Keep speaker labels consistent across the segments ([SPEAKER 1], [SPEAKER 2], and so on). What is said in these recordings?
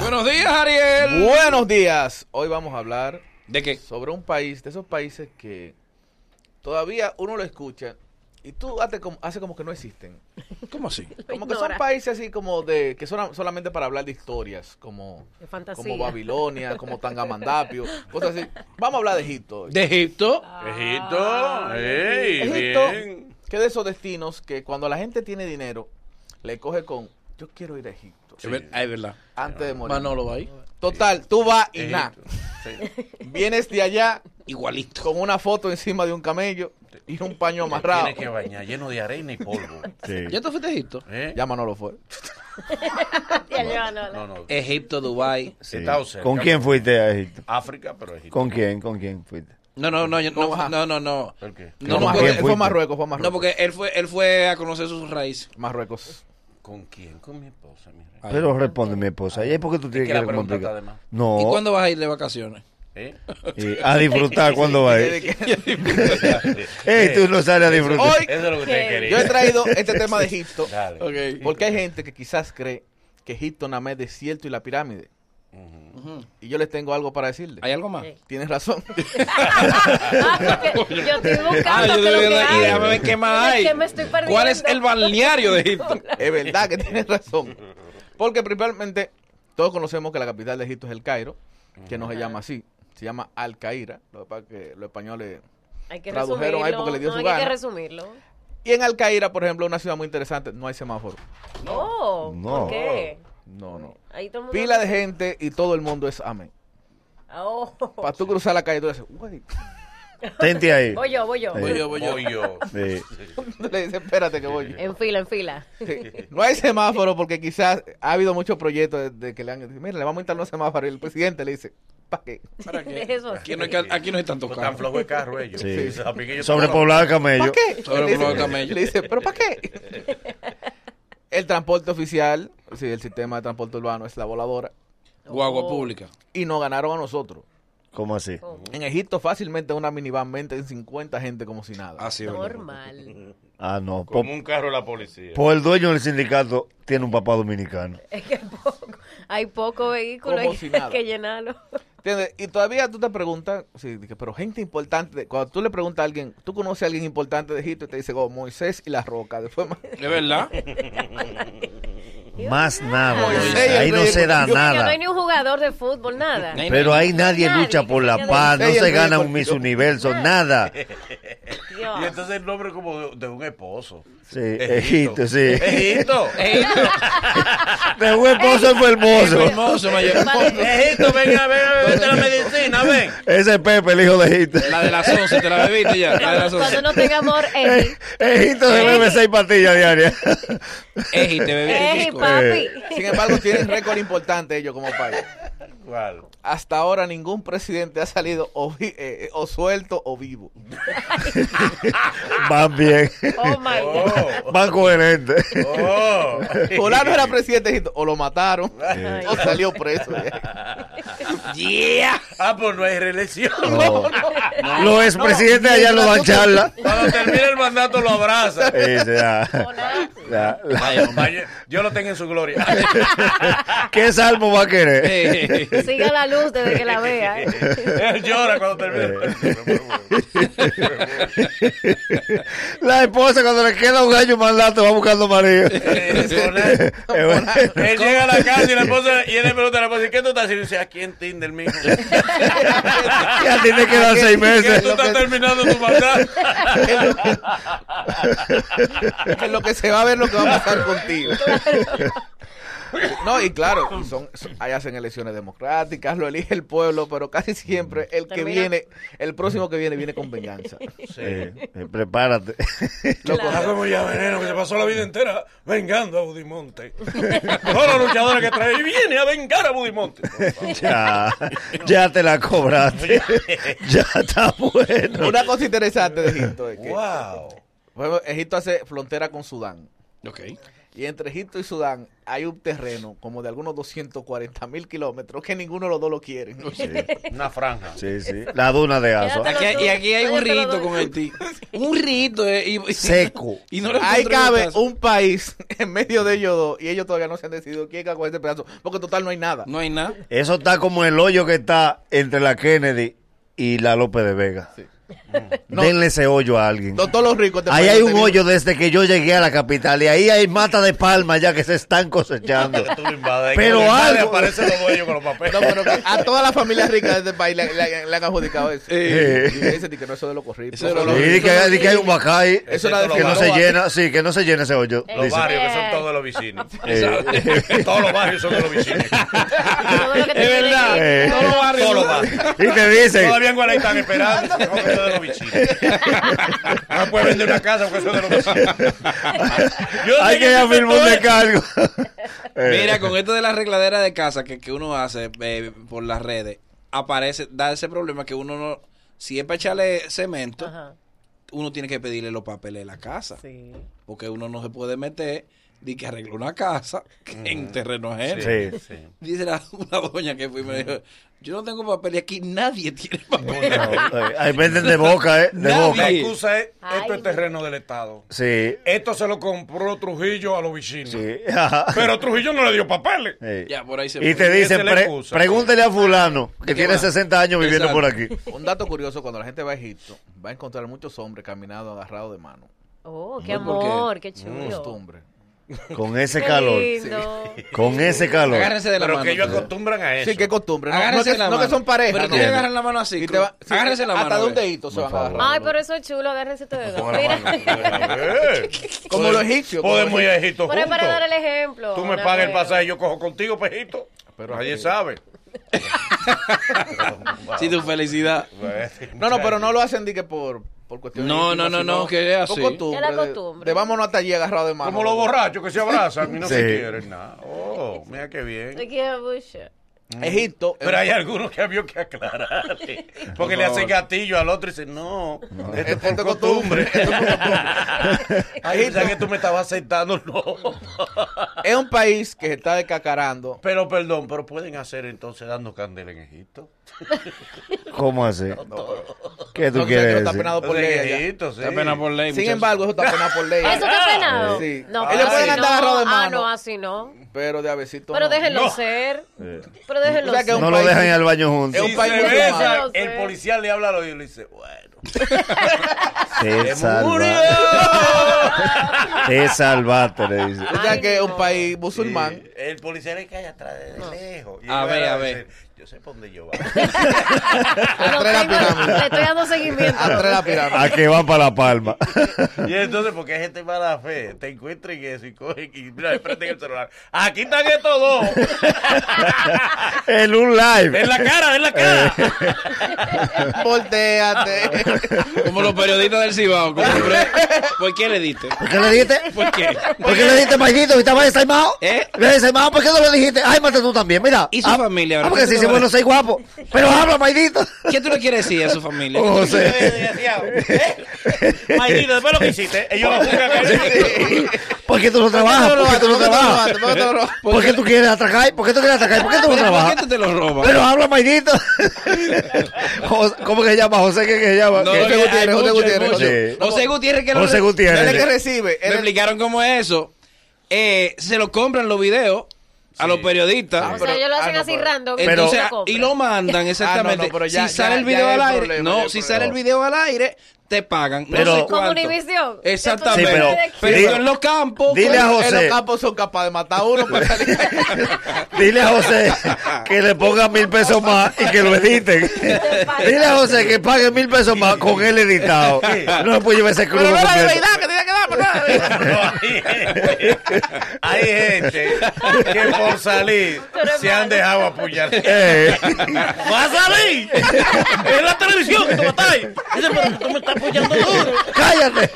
[SPEAKER 1] Buenos días, Ariel.
[SPEAKER 2] Buenos días. Hoy vamos a hablar
[SPEAKER 1] ¿De qué?
[SPEAKER 2] sobre un país, de esos países que todavía uno lo escucha y tú hace como, hace como que no existen.
[SPEAKER 1] ¿Cómo así?
[SPEAKER 2] Como que son
[SPEAKER 3] ignora.
[SPEAKER 2] países así como de que son a- solamente para hablar de historias, como,
[SPEAKER 3] De fantasía.
[SPEAKER 2] como Babilonia, como Tangamandapio, cosas así. Vamos a hablar de Egipto. hoy.
[SPEAKER 1] ¿De Egipto?
[SPEAKER 3] Ah,
[SPEAKER 4] Egipto,
[SPEAKER 5] Ah,
[SPEAKER 4] ey,
[SPEAKER 2] Egipto,
[SPEAKER 4] bien.
[SPEAKER 2] que de esos destinos que cuando la gente tiene dinero le coge con yo quiero ir a Egipto
[SPEAKER 1] Es ver- ah, es verdad.
[SPEAKER 2] antes de morir.
[SPEAKER 1] Manolo va ahí.
[SPEAKER 2] Total, tú vas y nada.
[SPEAKER 4] Egipto, sí.
[SPEAKER 2] Vienes de allá
[SPEAKER 1] Igualito.
[SPEAKER 2] con una foto encima de un camello y un paño amarrado.
[SPEAKER 4] Tienes que bañar lleno de arena y polvo.
[SPEAKER 1] ¿Ya te fuiste a Egipto?
[SPEAKER 4] ¿eh?
[SPEAKER 2] Ya Manolo fue.
[SPEAKER 3] Ya, ya, no, no.
[SPEAKER 4] No, no.
[SPEAKER 1] Egipto, Dubai.
[SPEAKER 4] He estado cerca.
[SPEAKER 5] Eh, ¿Con quién fuiste a Egipto?
[SPEAKER 4] África, pero Egipto.
[SPEAKER 5] ¿Con quién? ¿Con quién fuiste?
[SPEAKER 1] No, no, no, yo- no,
[SPEAKER 2] ¿Cómo vas?
[SPEAKER 1] no, no, no.
[SPEAKER 4] ¿Por qué?
[SPEAKER 1] No,
[SPEAKER 2] Fue
[SPEAKER 1] no,
[SPEAKER 2] a
[SPEAKER 5] ¿Cómo
[SPEAKER 1] porque,
[SPEAKER 2] Marruecos,
[SPEAKER 5] bien
[SPEAKER 2] fue a
[SPEAKER 5] fuiste?
[SPEAKER 2] Marruecos, fue a
[SPEAKER 1] no,
[SPEAKER 2] Marruecos.
[SPEAKER 1] porque él fue, él fue a conocer sus raíces.
[SPEAKER 2] Marruecos.
[SPEAKER 4] ¿Con quién? Con mi esposa, mi rey.
[SPEAKER 5] Pero responde mi esposa. ¿Y es porque tú tienes
[SPEAKER 4] que
[SPEAKER 5] que,
[SPEAKER 4] la
[SPEAKER 5] ver
[SPEAKER 4] pregunta
[SPEAKER 5] Ah, complicar?
[SPEAKER 4] está de más.
[SPEAKER 5] No.
[SPEAKER 1] ¿Y cuándo vas a ir de vacaciones?
[SPEAKER 4] ¿Eh?
[SPEAKER 5] y a disfrutar cuando va.
[SPEAKER 2] Desde
[SPEAKER 5] Ey,
[SPEAKER 2] que-
[SPEAKER 5] tú no sales a disfrutar.
[SPEAKER 2] Hoy
[SPEAKER 4] Eso es lo que usted
[SPEAKER 3] ¿Qué?
[SPEAKER 2] yo he
[SPEAKER 4] quería.
[SPEAKER 2] traído este tema de Egipto
[SPEAKER 4] Dale.
[SPEAKER 1] Ok.
[SPEAKER 2] porque hay gente que quizás cree que Egipto nada más es desierto y la pirámide.
[SPEAKER 4] Ujú.
[SPEAKER 1] Ujú.
[SPEAKER 2] Y yo les tengo algo para decirles.
[SPEAKER 1] ¿Hay algo más?
[SPEAKER 3] Sí.
[SPEAKER 2] Tienes razón.
[SPEAKER 3] Ah, porque yo estoy
[SPEAKER 1] Ah,
[SPEAKER 3] buscando
[SPEAKER 1] yo
[SPEAKER 3] qué es
[SPEAKER 1] digo,
[SPEAKER 3] lo que
[SPEAKER 1] y
[SPEAKER 3] hay.
[SPEAKER 1] déjame ver qué más
[SPEAKER 3] Es
[SPEAKER 1] hay.
[SPEAKER 3] que me estoy perdiendo.
[SPEAKER 1] ¿Cuál es el balneario de Egipto?
[SPEAKER 2] Es verdad que tienes razón. Porque principalmente todos conocemos que la capital de Egipto es el Cairo, que no se llama así, se llama Al Qaira, lo que pasa es que los españoles...
[SPEAKER 3] Hay que
[SPEAKER 2] Tradujeron
[SPEAKER 3] resumirlo.
[SPEAKER 2] ahí porque le dio
[SPEAKER 3] no,
[SPEAKER 2] su
[SPEAKER 3] hay
[SPEAKER 2] gana.
[SPEAKER 3] que resumirlo.
[SPEAKER 2] Y en Al Qaira, por ejemplo, una ciudad muy interesante, no hay semáforo.
[SPEAKER 3] Oh,
[SPEAKER 5] No.
[SPEAKER 3] ¿por qué?
[SPEAKER 2] No, no.
[SPEAKER 3] Ahí todo el mundo-
[SPEAKER 2] Pila de gente y todo el mundo es amén.
[SPEAKER 3] Oh.
[SPEAKER 2] Para tú cruzar la calle, tú le dices, güey,
[SPEAKER 5] Tente ahí.
[SPEAKER 3] Voy yo, voy yo.
[SPEAKER 5] Sí.
[SPEAKER 1] Voy yo, voy yo.
[SPEAKER 4] Voy yo.
[SPEAKER 5] Sí.
[SPEAKER 2] tú le dices, espérate que voy. yo".
[SPEAKER 3] En fila, en fila.
[SPEAKER 2] Sí. No hay semáforo porque quizás ha habido muchos proyectos de, de que le han dicho, mira, le vamos a instalar un semáforo y el presidente le dice, ¿para qué?
[SPEAKER 1] ¿Para qué?
[SPEAKER 3] Eso sí.
[SPEAKER 1] Aquí no, hay, ca- aquí no hay tanto
[SPEAKER 4] Pues Tan
[SPEAKER 1] carro.
[SPEAKER 4] flojo el carro ellos.
[SPEAKER 5] Sí.
[SPEAKER 4] Saben que yo-
[SPEAKER 5] Sobrepoblado de
[SPEAKER 2] ¿Para
[SPEAKER 5] camello.
[SPEAKER 2] qué?
[SPEAKER 1] Sobre
[SPEAKER 2] Le dice-
[SPEAKER 1] Pueblo de Camello.
[SPEAKER 2] Le dice, ¿pero para qué? El transporte oficial, sí, el sistema de transporte urbano es la voladora.
[SPEAKER 1] Guagua
[SPEAKER 3] Oh.
[SPEAKER 1] pública.
[SPEAKER 2] Y nos ganaron a nosotros.
[SPEAKER 5] ¿Cómo así?
[SPEAKER 3] Oh,
[SPEAKER 2] En Egipto fácilmente una minivan mente en 50 gente como si nada.
[SPEAKER 1] Así
[SPEAKER 3] Normal.
[SPEAKER 5] Ah, no. Por,
[SPEAKER 4] Como un carro la policía.
[SPEAKER 5] por el dueño del sindicato tiene un papá dominicano.
[SPEAKER 3] Es que poco, hay poco vehículo
[SPEAKER 2] Como
[SPEAKER 3] hay
[SPEAKER 2] si
[SPEAKER 3] que,
[SPEAKER 2] nada.
[SPEAKER 3] que llenarlo.
[SPEAKER 2] ¿Entiendes? Y todavía tú te preguntas, sí, de que, pero gente importante, de- cuando tú le preguntas a alguien, tú conoces a alguien importante de Egipto y te dice, oh, Moisés y la roca. Después más.
[SPEAKER 1] Es verdad.
[SPEAKER 5] Más nada.
[SPEAKER 2] Moisés,
[SPEAKER 5] Ahí no
[SPEAKER 2] el
[SPEAKER 5] se da
[SPEAKER 2] dueño-
[SPEAKER 3] Que no
[SPEAKER 5] nada.
[SPEAKER 3] hay ni un jugador de fútbol, nada.
[SPEAKER 1] Ni-
[SPEAKER 5] Pero ahí nadie
[SPEAKER 3] Nadie,
[SPEAKER 5] lucha por la
[SPEAKER 3] nadie.
[SPEAKER 5] paz, no
[SPEAKER 2] Ey,
[SPEAKER 5] se
[SPEAKER 2] el
[SPEAKER 5] gana
[SPEAKER 2] récord,
[SPEAKER 5] un Miss
[SPEAKER 2] yo-
[SPEAKER 5] Universo,
[SPEAKER 4] Ah.
[SPEAKER 5] nada.
[SPEAKER 3] Dios.
[SPEAKER 4] Y entonces el nombre como de, de un esposo.
[SPEAKER 5] Sí, Egipto, sí.
[SPEAKER 4] Egipto.
[SPEAKER 5] De un esposo fue hermoso.
[SPEAKER 1] Hermoso, me llevo.
[SPEAKER 4] Egipto, venga, venga, vete la medicina, ven.
[SPEAKER 5] Ese es Pepe, el hijo de Egipto.
[SPEAKER 1] La de las 11, te la bebiste ya. La de las
[SPEAKER 3] Cuando
[SPEAKER 1] 11.
[SPEAKER 3] no tenga amor,
[SPEAKER 5] Eh,
[SPEAKER 3] ey,
[SPEAKER 5] Egipto se bebe seis pastillas diarias.
[SPEAKER 1] Eji, te bebí el
[SPEAKER 3] ey,
[SPEAKER 1] disco.
[SPEAKER 3] papi.
[SPEAKER 2] Sin embargo, tienen récord importante ellos como país.
[SPEAKER 4] ¿Cuál?
[SPEAKER 2] Hasta ahora ningún presidente ha salido o, vi- eh, o suelto o vivo.
[SPEAKER 5] Van bien,
[SPEAKER 3] Oh my God.
[SPEAKER 4] Oh,
[SPEAKER 5] van coherentes.
[SPEAKER 4] oh.
[SPEAKER 2] Fulano era presidente de Egipto, o lo mataron
[SPEAKER 3] Ay.
[SPEAKER 2] o salió preso.
[SPEAKER 1] Yeah.
[SPEAKER 4] Ah, pues no hay reelección.
[SPEAKER 5] No. Los expresidentes allá no dan charla.
[SPEAKER 4] Cuando termine el mandato lo abraza.
[SPEAKER 5] Eh, ya,
[SPEAKER 3] Hola.
[SPEAKER 5] ya, la-
[SPEAKER 4] Ay, hombre, Dios lo tenga en su gloria.
[SPEAKER 5] ¿Qué salmo va a querer?
[SPEAKER 1] Eh,
[SPEAKER 3] Siga la luz desde que la vea. ¿eh?
[SPEAKER 4] Él llora cuando termine.
[SPEAKER 5] La esposa cuando le queda un año más lato va buscando marido.
[SPEAKER 4] Eh, Jonás,
[SPEAKER 5] Eh, bueno,
[SPEAKER 4] Él llega a la casa y la esposa, y él le pregunta a la esposa, ¿y qué tú estás haciendo? Y dice, aquí en Tinder, mijo.
[SPEAKER 5] Ya tiene que dar seis
[SPEAKER 4] ¿Qué
[SPEAKER 5] meses.
[SPEAKER 4] tú estás terminando tu mandato?
[SPEAKER 2] Es lo que se va a ver lo que va a pasar contigo. No, y claro, y son, son- ahí hacen elecciones democráticas, lo elige el pueblo, pero casi siempre el que
[SPEAKER 3] Termina-
[SPEAKER 2] viene, el próximo que viene, viene con venganza.
[SPEAKER 5] Eh, eh, prepárate.
[SPEAKER 2] Loco,
[SPEAKER 4] Está como ya veneno que se pasó la vida entera vengando a Budimonte. Todos los luchadores que trae y viene a vengar a Budimonte.
[SPEAKER 5] Ya, ya te la cobraste. Ya está bueno.
[SPEAKER 2] Una cosa interesante de Egipto es que
[SPEAKER 4] Wow.
[SPEAKER 2] por ejemplo, Egipto hace frontera con Sudán.
[SPEAKER 1] ok.
[SPEAKER 2] Y entre Egipto y Sudán hay un terreno como de algunos 240 mil kilómetros que ninguno de los dos lo quieren.
[SPEAKER 5] Sí,
[SPEAKER 4] Una franja.
[SPEAKER 5] sí, sí. La duna de Asua.
[SPEAKER 1] Aquí, y aquí hay un
[SPEAKER 3] Oye, pero
[SPEAKER 1] rito
[SPEAKER 3] ¿dónde?
[SPEAKER 1] con Haití. Un rito. eh, y, y-
[SPEAKER 5] Seco.
[SPEAKER 1] Y no le
[SPEAKER 2] Ahí
[SPEAKER 1] encuentro
[SPEAKER 2] cabe
[SPEAKER 1] botazo.
[SPEAKER 2] un país en medio de ellos dos y ellos todavía no se han decidido quién cago ese pedazo, porque total no hay nada.
[SPEAKER 1] No hay nada.
[SPEAKER 5] Eso está como el hoyo que está entre la Kennedy y la López de Vega. Mm.
[SPEAKER 2] No.
[SPEAKER 5] Denle ese hoyo a alguien.
[SPEAKER 2] No, todos los ricos. de este
[SPEAKER 5] Ahí
[SPEAKER 2] país
[SPEAKER 5] hay
[SPEAKER 2] han
[SPEAKER 5] un
[SPEAKER 2] tenido-
[SPEAKER 5] hoyo desde que yo llegué a la capital y ahí hay mata de palma ya que se están cosechando.
[SPEAKER 4] Que tú lo invades.
[SPEAKER 5] Pero
[SPEAKER 4] Que lo invades,
[SPEAKER 5] algo-
[SPEAKER 4] Aparecen los dueños con los papeles.
[SPEAKER 2] No, pero que a todas las familias ricas de este país le, le- le han adjudicado eso.
[SPEAKER 5] Eh.
[SPEAKER 2] Y ese di que no eso de lo corrido.
[SPEAKER 1] Eso de lo
[SPEAKER 2] Eso
[SPEAKER 5] Sí,
[SPEAKER 2] de
[SPEAKER 5] di que, hay- di que hay un huacá ahí que
[SPEAKER 2] Eso era de
[SPEAKER 4] Excepto
[SPEAKER 5] no
[SPEAKER 4] los
[SPEAKER 5] se
[SPEAKER 4] barrios.
[SPEAKER 5] llena, sí, que no se llena ese hoyo.
[SPEAKER 4] Los
[SPEAKER 5] dice.
[SPEAKER 4] barrios que son todos de los vecinos.
[SPEAKER 5] Eh,
[SPEAKER 4] todos los barrios son de los vecinos.
[SPEAKER 3] Todo lo que te
[SPEAKER 1] Es
[SPEAKER 3] viene
[SPEAKER 1] verdad.
[SPEAKER 3] aquí.
[SPEAKER 5] Eh.
[SPEAKER 1] Todos los barrios.
[SPEAKER 4] Todos los barrios.
[SPEAKER 5] y te dicen,
[SPEAKER 4] Todavía en Guaray están esperando. que son de los vecinos. No puedes vender una casa porque son de los vecinos. Yo sé
[SPEAKER 5] hay que ya
[SPEAKER 4] tú te
[SPEAKER 5] firmar un
[SPEAKER 4] puedes-
[SPEAKER 5] descargo. Eh,
[SPEAKER 1] Mira, con esto de la regladera de casa que, que uno hace eh, por las redes, aparece, da ese problema que uno no. Si es para echarle cemento,
[SPEAKER 3] Ajá.
[SPEAKER 1] uno tiene que pedirle los papeles de la casa.
[SPEAKER 3] Sí.
[SPEAKER 1] Porque uno no se puede meter de que arregló una casa en terreno ajeno.
[SPEAKER 5] Sí.
[SPEAKER 4] sí.
[SPEAKER 1] Dice la, una doña que fui y me dijo: Yo no tengo papel y aquí nadie tiene papel.
[SPEAKER 5] no, eh, ahí venden de boca, ¿eh? De
[SPEAKER 1] Nadie.
[SPEAKER 5] boca.
[SPEAKER 6] La excusa es,
[SPEAKER 3] Ay,
[SPEAKER 6] esto es terreno del Estado.
[SPEAKER 5] Sí,
[SPEAKER 6] Esto se lo compró Trujillo a los vecinos.
[SPEAKER 5] sí. ajá.
[SPEAKER 6] Pero Trujillo no le dio papeles.
[SPEAKER 5] Eh,
[SPEAKER 1] Ya, por ahí se
[SPEAKER 5] Y
[SPEAKER 1] fue.
[SPEAKER 5] te dicen,
[SPEAKER 6] Esa es la
[SPEAKER 5] pre-
[SPEAKER 6] excusa.
[SPEAKER 5] pregúntele a fulano que tiene
[SPEAKER 1] va?
[SPEAKER 5] 60 años viviendo
[SPEAKER 1] Exacto.
[SPEAKER 5] por aquí.
[SPEAKER 2] Un dato curioso, cuando la gente va a Egipto, va a encontrar muchos hombres caminando agarrados de mano.
[SPEAKER 3] Oh, qué
[SPEAKER 1] No, porque-
[SPEAKER 3] amor, qué chulo.
[SPEAKER 2] Costumbre.
[SPEAKER 5] Con
[SPEAKER 3] Qué
[SPEAKER 5] ese calor.
[SPEAKER 3] lindo.
[SPEAKER 5] Con ese calor.
[SPEAKER 1] Agárrense de la
[SPEAKER 4] Pero
[SPEAKER 1] mano.
[SPEAKER 4] que ellos acostumbran a eso.
[SPEAKER 2] Sí, qué costumbre. No, no
[SPEAKER 1] Agárrense
[SPEAKER 2] que,
[SPEAKER 1] la
[SPEAKER 2] no que
[SPEAKER 1] mano.
[SPEAKER 2] son parejas.
[SPEAKER 1] Pero
[SPEAKER 2] no.
[SPEAKER 1] tú le agarras la mano así.
[SPEAKER 2] Y te va- sí,
[SPEAKER 1] agárrense la mano.
[SPEAKER 2] Hasta de un
[SPEAKER 1] ve.
[SPEAKER 2] dedito se van
[SPEAKER 5] Por
[SPEAKER 2] a
[SPEAKER 5] favor.
[SPEAKER 2] agarrar.
[SPEAKER 3] Ay, pero eso es chulo, agárrense todo.
[SPEAKER 5] Con la
[SPEAKER 3] Mira,
[SPEAKER 5] mano.
[SPEAKER 4] Eh,
[SPEAKER 2] Como los egipcios. como
[SPEAKER 4] Podemos
[SPEAKER 2] los
[SPEAKER 4] ir a
[SPEAKER 2] egipcios.
[SPEAKER 4] Egipto
[SPEAKER 3] pero es para dar el
[SPEAKER 4] juntos.
[SPEAKER 3] ejemplo.
[SPEAKER 4] Tú me
[SPEAKER 3] Una
[SPEAKER 4] pagas el
[SPEAKER 3] prueba.
[SPEAKER 4] pasaje y yo cojo contigo, pejito. Pero nadie sabe.
[SPEAKER 1] Sí, tu felicidad.
[SPEAKER 2] No, no, pero no lo hacen de que por, por cuestiones.
[SPEAKER 1] No,
[SPEAKER 2] íntimas,
[SPEAKER 1] no, no,
[SPEAKER 2] sino
[SPEAKER 1] no, que es
[SPEAKER 2] por
[SPEAKER 1] así.
[SPEAKER 2] costumbre.
[SPEAKER 3] Es la
[SPEAKER 2] de-
[SPEAKER 3] costumbre.
[SPEAKER 2] De, vámonos hasta allí agarrado de mano.
[SPEAKER 4] Como los borrachos que se abrazan y no se
[SPEAKER 5] Sí.
[SPEAKER 4] quieren nada. Oh, mira qué
[SPEAKER 3] Te
[SPEAKER 4] bien.
[SPEAKER 3] quiero mucho.
[SPEAKER 2] Egipto.
[SPEAKER 4] Pero hay algunos que había que aclarar. Porque le hacen gatillo al otro y dicen, no, esto es
[SPEAKER 2] Esto
[SPEAKER 4] por
[SPEAKER 2] es costumbre.
[SPEAKER 4] costumbre. Ay, ya que tú me estabas sentando, no.
[SPEAKER 2] es un país que se está descacarando.
[SPEAKER 4] Pero perdón, pero pueden hacer entonces dando candela en Egipto.
[SPEAKER 5] ¿Cómo así? ¿Qué tú
[SPEAKER 2] No, o sea, que
[SPEAKER 5] quieres
[SPEAKER 2] está
[SPEAKER 5] decir?
[SPEAKER 2] penado por
[SPEAKER 4] En
[SPEAKER 2] ley allá.
[SPEAKER 4] Egipto, sí.
[SPEAKER 1] Está pena por ley.
[SPEAKER 2] Sin
[SPEAKER 1] muchacho.
[SPEAKER 2] embargo, eso está penado por ley.
[SPEAKER 3] ¿Eso está penado?
[SPEAKER 2] Ah, Sí.
[SPEAKER 3] No,
[SPEAKER 2] Ellos
[SPEAKER 3] pero
[SPEAKER 2] pueden
[SPEAKER 3] así
[SPEAKER 2] andar
[SPEAKER 3] no.
[SPEAKER 2] agarrados de
[SPEAKER 3] Ah,
[SPEAKER 2] mano.
[SPEAKER 3] no, así no.
[SPEAKER 2] Pero de avecito.
[SPEAKER 3] Pero
[SPEAKER 2] no.
[SPEAKER 3] déjenlo
[SPEAKER 4] No.
[SPEAKER 3] ser. Pero déjenlo
[SPEAKER 2] O sea que
[SPEAKER 3] ser.
[SPEAKER 5] No
[SPEAKER 2] un
[SPEAKER 5] lo
[SPEAKER 2] país-
[SPEAKER 5] dejan en el baño juntos.
[SPEAKER 2] Es un
[SPEAKER 4] Si
[SPEAKER 2] país
[SPEAKER 4] se
[SPEAKER 2] mucho
[SPEAKER 4] besan,
[SPEAKER 2] más.
[SPEAKER 3] No sé.
[SPEAKER 4] el policía le habla al oído y le dice, bueno,
[SPEAKER 5] Te
[SPEAKER 4] murió.
[SPEAKER 5] salvaste. Te salvaste, le dice.
[SPEAKER 2] O sea
[SPEAKER 3] Ay,
[SPEAKER 2] que es un
[SPEAKER 3] no.
[SPEAKER 2] país musulmán.
[SPEAKER 4] Y el policía le cae atrás de lejos. Y
[SPEAKER 1] A
[SPEAKER 4] él
[SPEAKER 1] ver,
[SPEAKER 4] va
[SPEAKER 1] a ver.
[SPEAKER 4] decir, Yo sé por dónde yo voy.
[SPEAKER 3] No
[SPEAKER 2] Atrás de la
[SPEAKER 3] tengo-
[SPEAKER 2] pirámide.
[SPEAKER 3] Le estoy dando seguimiento.
[SPEAKER 2] Atrás de la pirámide.
[SPEAKER 5] A que van para La Palma.
[SPEAKER 4] y entonces, porque hay gente mala fe, te encuentran y eso y cogen y mira, desprenden el celular. Aquí están estos dos.
[SPEAKER 5] en un live.
[SPEAKER 4] En la cara, en la cara.
[SPEAKER 2] Volteate.
[SPEAKER 1] Como los periodistas del Cibao. como pre- ¿Por qué le diste?
[SPEAKER 5] ¿Por qué le dijiste?
[SPEAKER 1] ¿Por qué?
[SPEAKER 5] ¿Por qué le dijiste, Mayito, que estaba desaimado?
[SPEAKER 1] ¿Eh?
[SPEAKER 5] Desaimado, ¿por qué no lo dijiste? Ay, mate tú también, mira.
[SPEAKER 1] ¿Y su familia,
[SPEAKER 5] Ah,
[SPEAKER 1] verdad?
[SPEAKER 5] porque
[SPEAKER 1] ¿Qué
[SPEAKER 5] sí,
[SPEAKER 1] tú
[SPEAKER 5] sí,
[SPEAKER 1] no
[SPEAKER 5] bueno,
[SPEAKER 1] eres?
[SPEAKER 5] soy guapo. Pero habla, Maidito.
[SPEAKER 1] ¿Qué tú le quieres decir a su familia?
[SPEAKER 5] Oh,
[SPEAKER 2] Eh,
[SPEAKER 5] José.
[SPEAKER 4] Desgraciado. ¿Eh? Maldito, después lo que hiciste, ellos lo juzgan. a él.
[SPEAKER 5] ¿Por qué tú no trabajas? ¿Por qué tú no trabajas?
[SPEAKER 2] ¿Por qué tú no trabajas?
[SPEAKER 5] ¿Por qué tú quieres atracar? ¿Por qué tú quieres atracar? ¿Por qué tú no
[SPEAKER 1] Pero, ¿Por qué
[SPEAKER 5] trabajas?
[SPEAKER 1] tú te lo robas?
[SPEAKER 5] Pero habla, Maidito. Jos- ¿Cómo que se llama? ¿José qué que se llama?
[SPEAKER 1] No,
[SPEAKER 5] ¿Qué?
[SPEAKER 2] José
[SPEAKER 1] hay
[SPEAKER 2] Gutiérrez,
[SPEAKER 1] mucho,
[SPEAKER 2] José
[SPEAKER 1] hay
[SPEAKER 2] Gutiérrez,
[SPEAKER 1] mucho.
[SPEAKER 5] José.
[SPEAKER 1] José Gutiérrez que lo-
[SPEAKER 2] Él es
[SPEAKER 5] José
[SPEAKER 2] el que
[SPEAKER 5] Gutiérrez.
[SPEAKER 2] recibe.
[SPEAKER 1] Me
[SPEAKER 2] él es-
[SPEAKER 1] explicaron cómo es eso. Eh, se lo compran los videos a los periodistas.
[SPEAKER 2] Ah,
[SPEAKER 3] O
[SPEAKER 2] pero-
[SPEAKER 3] sea, ellos lo hacen
[SPEAKER 2] ah, no,
[SPEAKER 3] así
[SPEAKER 2] pero-
[SPEAKER 3] random.
[SPEAKER 5] Pero-
[SPEAKER 1] Entonces, ah,
[SPEAKER 3] se compran.
[SPEAKER 1] y lo mandan exactamente.
[SPEAKER 2] Ah, no, no, pero ya-
[SPEAKER 1] si
[SPEAKER 2] ya-
[SPEAKER 1] sale el
[SPEAKER 2] ya
[SPEAKER 1] video
[SPEAKER 2] es
[SPEAKER 1] al aire,
[SPEAKER 2] problema, ya
[SPEAKER 1] no,
[SPEAKER 2] es
[SPEAKER 1] si
[SPEAKER 2] problema.
[SPEAKER 1] sale el video al aire, te pagan.
[SPEAKER 5] Pero-
[SPEAKER 1] no sé cuánto.
[SPEAKER 3] Como Univisión.
[SPEAKER 1] Exactamente.
[SPEAKER 5] Sí, pero-
[SPEAKER 1] pero
[SPEAKER 5] dile-
[SPEAKER 1] en los campos,
[SPEAKER 5] dile a
[SPEAKER 1] pues,
[SPEAKER 5] José.
[SPEAKER 2] En los campos son capaces de matar a uno pues, para salir.
[SPEAKER 5] Dile a José que le ponga mil pesos más y que lo editen. Dile a José que pague mil pesos más con él editado. No le puede llevar ese crudo.
[SPEAKER 2] Pero no era de
[SPEAKER 5] completo.
[SPEAKER 2] verdad que tenía que
[SPEAKER 1] pues,
[SPEAKER 2] darme nada.
[SPEAKER 4] No, hay, gente, hay gente que por salir
[SPEAKER 3] Pero es
[SPEAKER 4] se han
[SPEAKER 3] malo.
[SPEAKER 4] dejado apuñalar.
[SPEAKER 5] Eh,
[SPEAKER 4] ¡Va a salir! ¡Es la televisión que tú matáis! Dice, pero tú me estás apoyando duro.
[SPEAKER 5] cállate.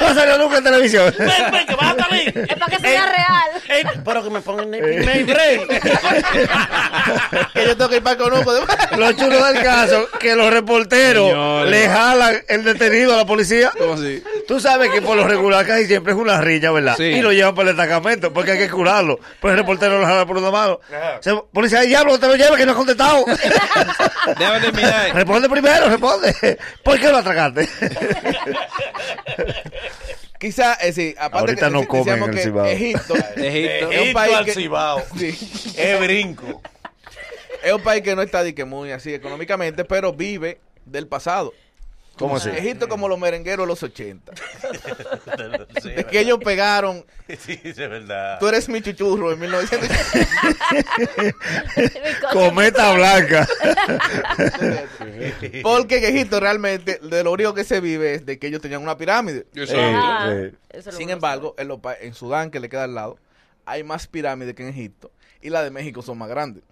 [SPEAKER 5] No salió nunca en televisión.
[SPEAKER 4] Ven, ven, que vas a salir. Eh,
[SPEAKER 3] Es para que sea real.
[SPEAKER 2] Eh,
[SPEAKER 4] Ey, pero que me pongan el primer break.
[SPEAKER 2] que yo tengo que ir para el conuco.
[SPEAKER 5] Lo chulo del caso, que los reporteros
[SPEAKER 7] Señores.
[SPEAKER 5] le jalan el detenido a la policía.
[SPEAKER 1] ¿Cómo así?
[SPEAKER 5] Tú sabes que por lo regular casi siempre es una riña, ¿verdad?
[SPEAKER 1] Sí.
[SPEAKER 5] Y lo llevan para el destacamento porque hay que curarlo. Pues el reportero lo jala por una mano. O sea, policía, "Ay, diablo, te lo lleva que no ha contestado.
[SPEAKER 1] Déjame terminar.
[SPEAKER 5] responde primero, responde. ¿Por qué lo atracaste?
[SPEAKER 2] Quizá, eh, sí, aparte
[SPEAKER 5] Ahorita
[SPEAKER 2] que,
[SPEAKER 5] no
[SPEAKER 2] eh,
[SPEAKER 5] comen
[SPEAKER 2] decíamos
[SPEAKER 5] en el
[SPEAKER 2] que
[SPEAKER 5] Cibao.
[SPEAKER 2] Egipto,
[SPEAKER 1] Egipto.
[SPEAKER 2] es un país
[SPEAKER 4] al
[SPEAKER 2] que-
[SPEAKER 4] Cibao.
[SPEAKER 2] sí,
[SPEAKER 4] Es brinco.
[SPEAKER 2] es un país que no está de que muy así económicamente, pero vive del pasado.
[SPEAKER 5] ¿Cómo así?
[SPEAKER 2] Egipto como los merengueros de los 80.
[SPEAKER 4] Sí,
[SPEAKER 2] Es que ellos pegaron,
[SPEAKER 4] Sí, es verdad.
[SPEAKER 2] tú eres mi chuchurro en 1980.
[SPEAKER 5] Cometa blanca.
[SPEAKER 2] Porque en Egipto realmente de lo único que se vive es de que ellos tenían una pirámide.
[SPEAKER 3] Ajá.
[SPEAKER 5] Eh,
[SPEAKER 3] Eso lo
[SPEAKER 2] Sin
[SPEAKER 3] conozco.
[SPEAKER 2] embargo, en, los pa- en Sudán, que le queda al lado, hay más pirámides que en Egipto. Y las de México son más grandes.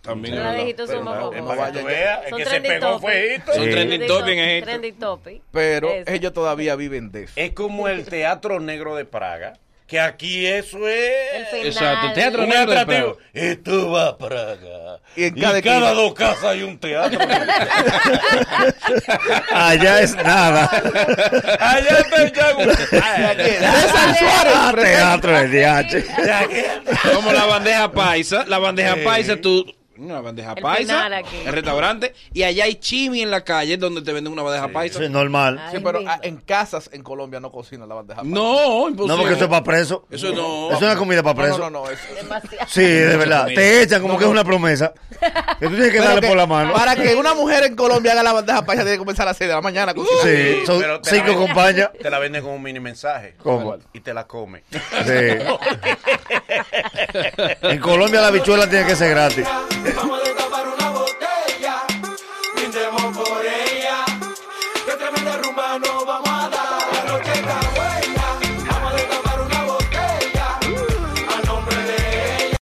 [SPEAKER 1] También es
[SPEAKER 3] Las de
[SPEAKER 1] verdad.
[SPEAKER 3] Egipto son más
[SPEAKER 2] es
[SPEAKER 3] famosas.
[SPEAKER 2] para que tú
[SPEAKER 4] veas, el
[SPEAKER 3] Son
[SPEAKER 4] que se
[SPEAKER 3] trending
[SPEAKER 4] pegó
[SPEAKER 3] topic.
[SPEAKER 4] fue Egipto.
[SPEAKER 1] Son trending topic en Egipto.
[SPEAKER 3] Trending topic.
[SPEAKER 2] Pero
[SPEAKER 3] Esa.
[SPEAKER 2] ellos todavía viven de eso.
[SPEAKER 3] Eh,
[SPEAKER 4] Es como el Teatro Negro de Praga, que aquí eso
[SPEAKER 3] El
[SPEAKER 4] es...
[SPEAKER 3] final.
[SPEAKER 7] Exacto, el teatro
[SPEAKER 4] Un
[SPEAKER 7] negro de
[SPEAKER 4] atractivo.
[SPEAKER 7] Praga.
[SPEAKER 4] Y tú vas a Praga.
[SPEAKER 2] Y
[SPEAKER 4] Y
[SPEAKER 2] en
[SPEAKER 4] en
[SPEAKER 2] cada
[SPEAKER 4] cada,
[SPEAKER 2] esquina.
[SPEAKER 4] dos casas hay un teatro.
[SPEAKER 5] allá es nada.
[SPEAKER 4] Allá está el Chago.
[SPEAKER 2] César Suárez,
[SPEAKER 5] Ah,
[SPEAKER 2] presente.
[SPEAKER 5] teatro de DH.
[SPEAKER 1] Como la bandeja paisa. La bandeja paisa, tú. Una bandeja
[SPEAKER 3] El
[SPEAKER 1] paisa.
[SPEAKER 3] penal aquí.
[SPEAKER 1] El restaurante. Y allá hay chimi en la calle donde te venden una bandeja paisa.
[SPEAKER 5] Eso es normal.
[SPEAKER 3] Ay,
[SPEAKER 2] Sí, pero
[SPEAKER 3] mi-
[SPEAKER 2] ah, en casas en Colombia no cocinan la bandeja. paisa.
[SPEAKER 1] No, imposible.
[SPEAKER 5] No, porque eso es para preso.
[SPEAKER 1] Eso no.
[SPEAKER 5] Es una comida para preso.
[SPEAKER 2] no, no, no, eso-
[SPEAKER 3] demasiado.
[SPEAKER 5] Sí, de verdad.
[SPEAKER 1] comida.
[SPEAKER 5] Te echan como que es una promesa. Que tú tienes que
[SPEAKER 2] Pero
[SPEAKER 5] darle
[SPEAKER 2] que-
[SPEAKER 5] por la mano.
[SPEAKER 2] Para que una mujer en Colombia haga la bandeja paisa tiene que comenzar a las 6 de la mañana. a cocinar.
[SPEAKER 5] Sí, son
[SPEAKER 4] pero te la
[SPEAKER 5] cinco
[SPEAKER 4] venden.
[SPEAKER 5] compañías.
[SPEAKER 4] Te la venden con un mini mensaje.
[SPEAKER 5] ¿Cómo?
[SPEAKER 4] Y te la come.
[SPEAKER 5] Sí. En Colombia la bichuela tiene que ser gratis.
[SPEAKER 8] Vamos a destapar una botella, brindemos por ella. Que tremenda